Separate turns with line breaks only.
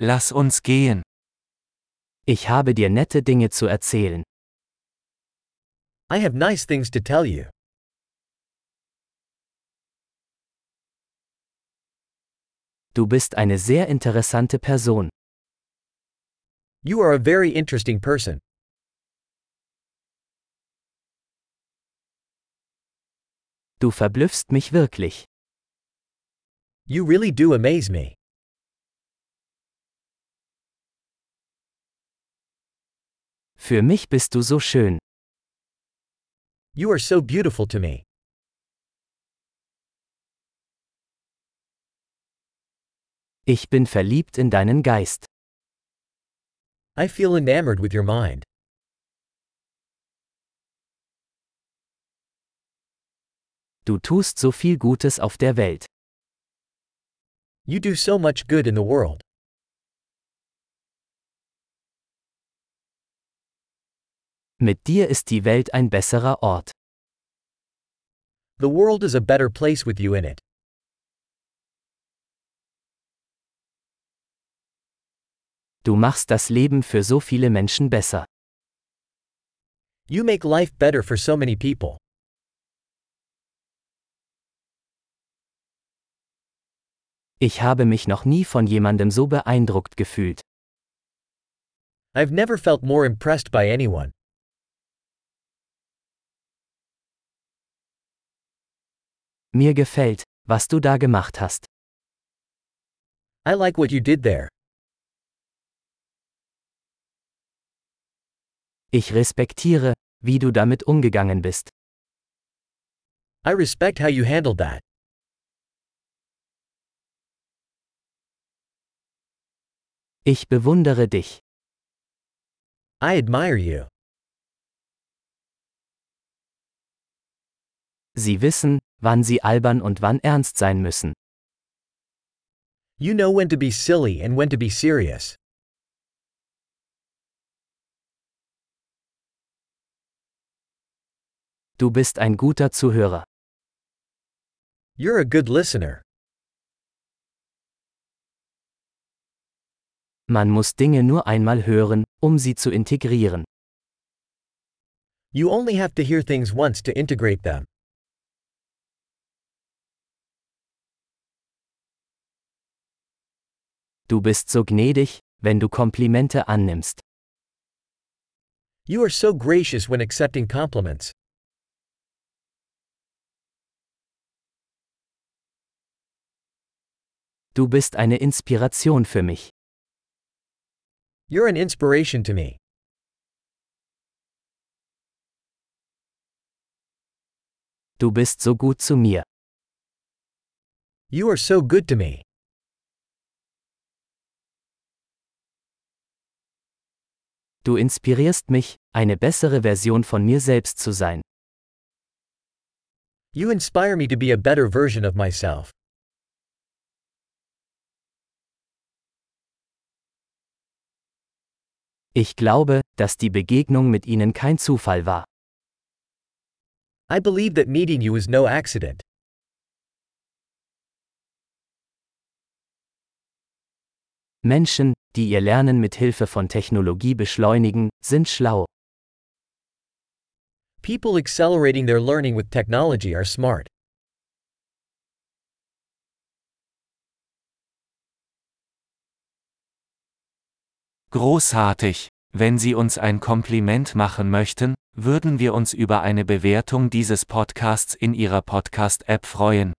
Lass uns gehen.
Ich habe dir nette Dinge zu erzählen.
I have nice things to tell you.
Du bist eine sehr interessante Person.
You are a very interesting person.
Du verblüffst mich wirklich.
You really do amaze me.
Für mich bist du so schön.
You are so beautiful to me.
Ich bin verliebt in deinen Geist.
I feel enamored with your mind.
Du tust so viel Gutes auf der Welt.
You do so much good in the world.
Mit dir ist die Welt ein besserer Ort.
The world is a better place with you in it.
Du machst das Leben für so viele Menschen besser.
You make life better for so many people.
Ich habe mich noch nie von jemandem so beeindruckt gefühlt.
I've never felt more impressed by anyone.
Mir gefällt, was du da gemacht hast.
I like what you did there.
Ich respektiere, wie du damit umgegangen bist.
I respect how you handled that.
Ich bewundere dich.
I admire you.
Sie wissen, wann sie albern und wann ernst sein müssen.
You know when to be silly and when to be serious.
Du bist ein guter Zuhörer.
You're a good listener.
Man muss Dinge nur einmal hören, um sie zu integrieren.
You only have to hear things once to integrate them.
Du bist so gnädig, wenn du Komplimente annimmst.
You are so gracious when accepting compliments.
Du bist eine Inspiration für mich.
You're an inspiration to me.
Du bist so gut zu mir.
You are so good to me.
Du inspirierst mich, eine bessere Version von mir selbst zu sein.
You inspire me to be a better version of myself.
Ich glaube, dass die Begegnung mit ihnen kein Zufall war.
I believe that meeting you is no accident.
Menschen, die ihr Lernen mit Hilfe von Technologie beschleunigen, sind schlau.
People accelerating their learning with technology are smart.
Großartig! Wenn Sie uns ein Kompliment machen möchten, würden wir uns über eine Bewertung dieses Podcasts in Ihrer Podcast-App freuen.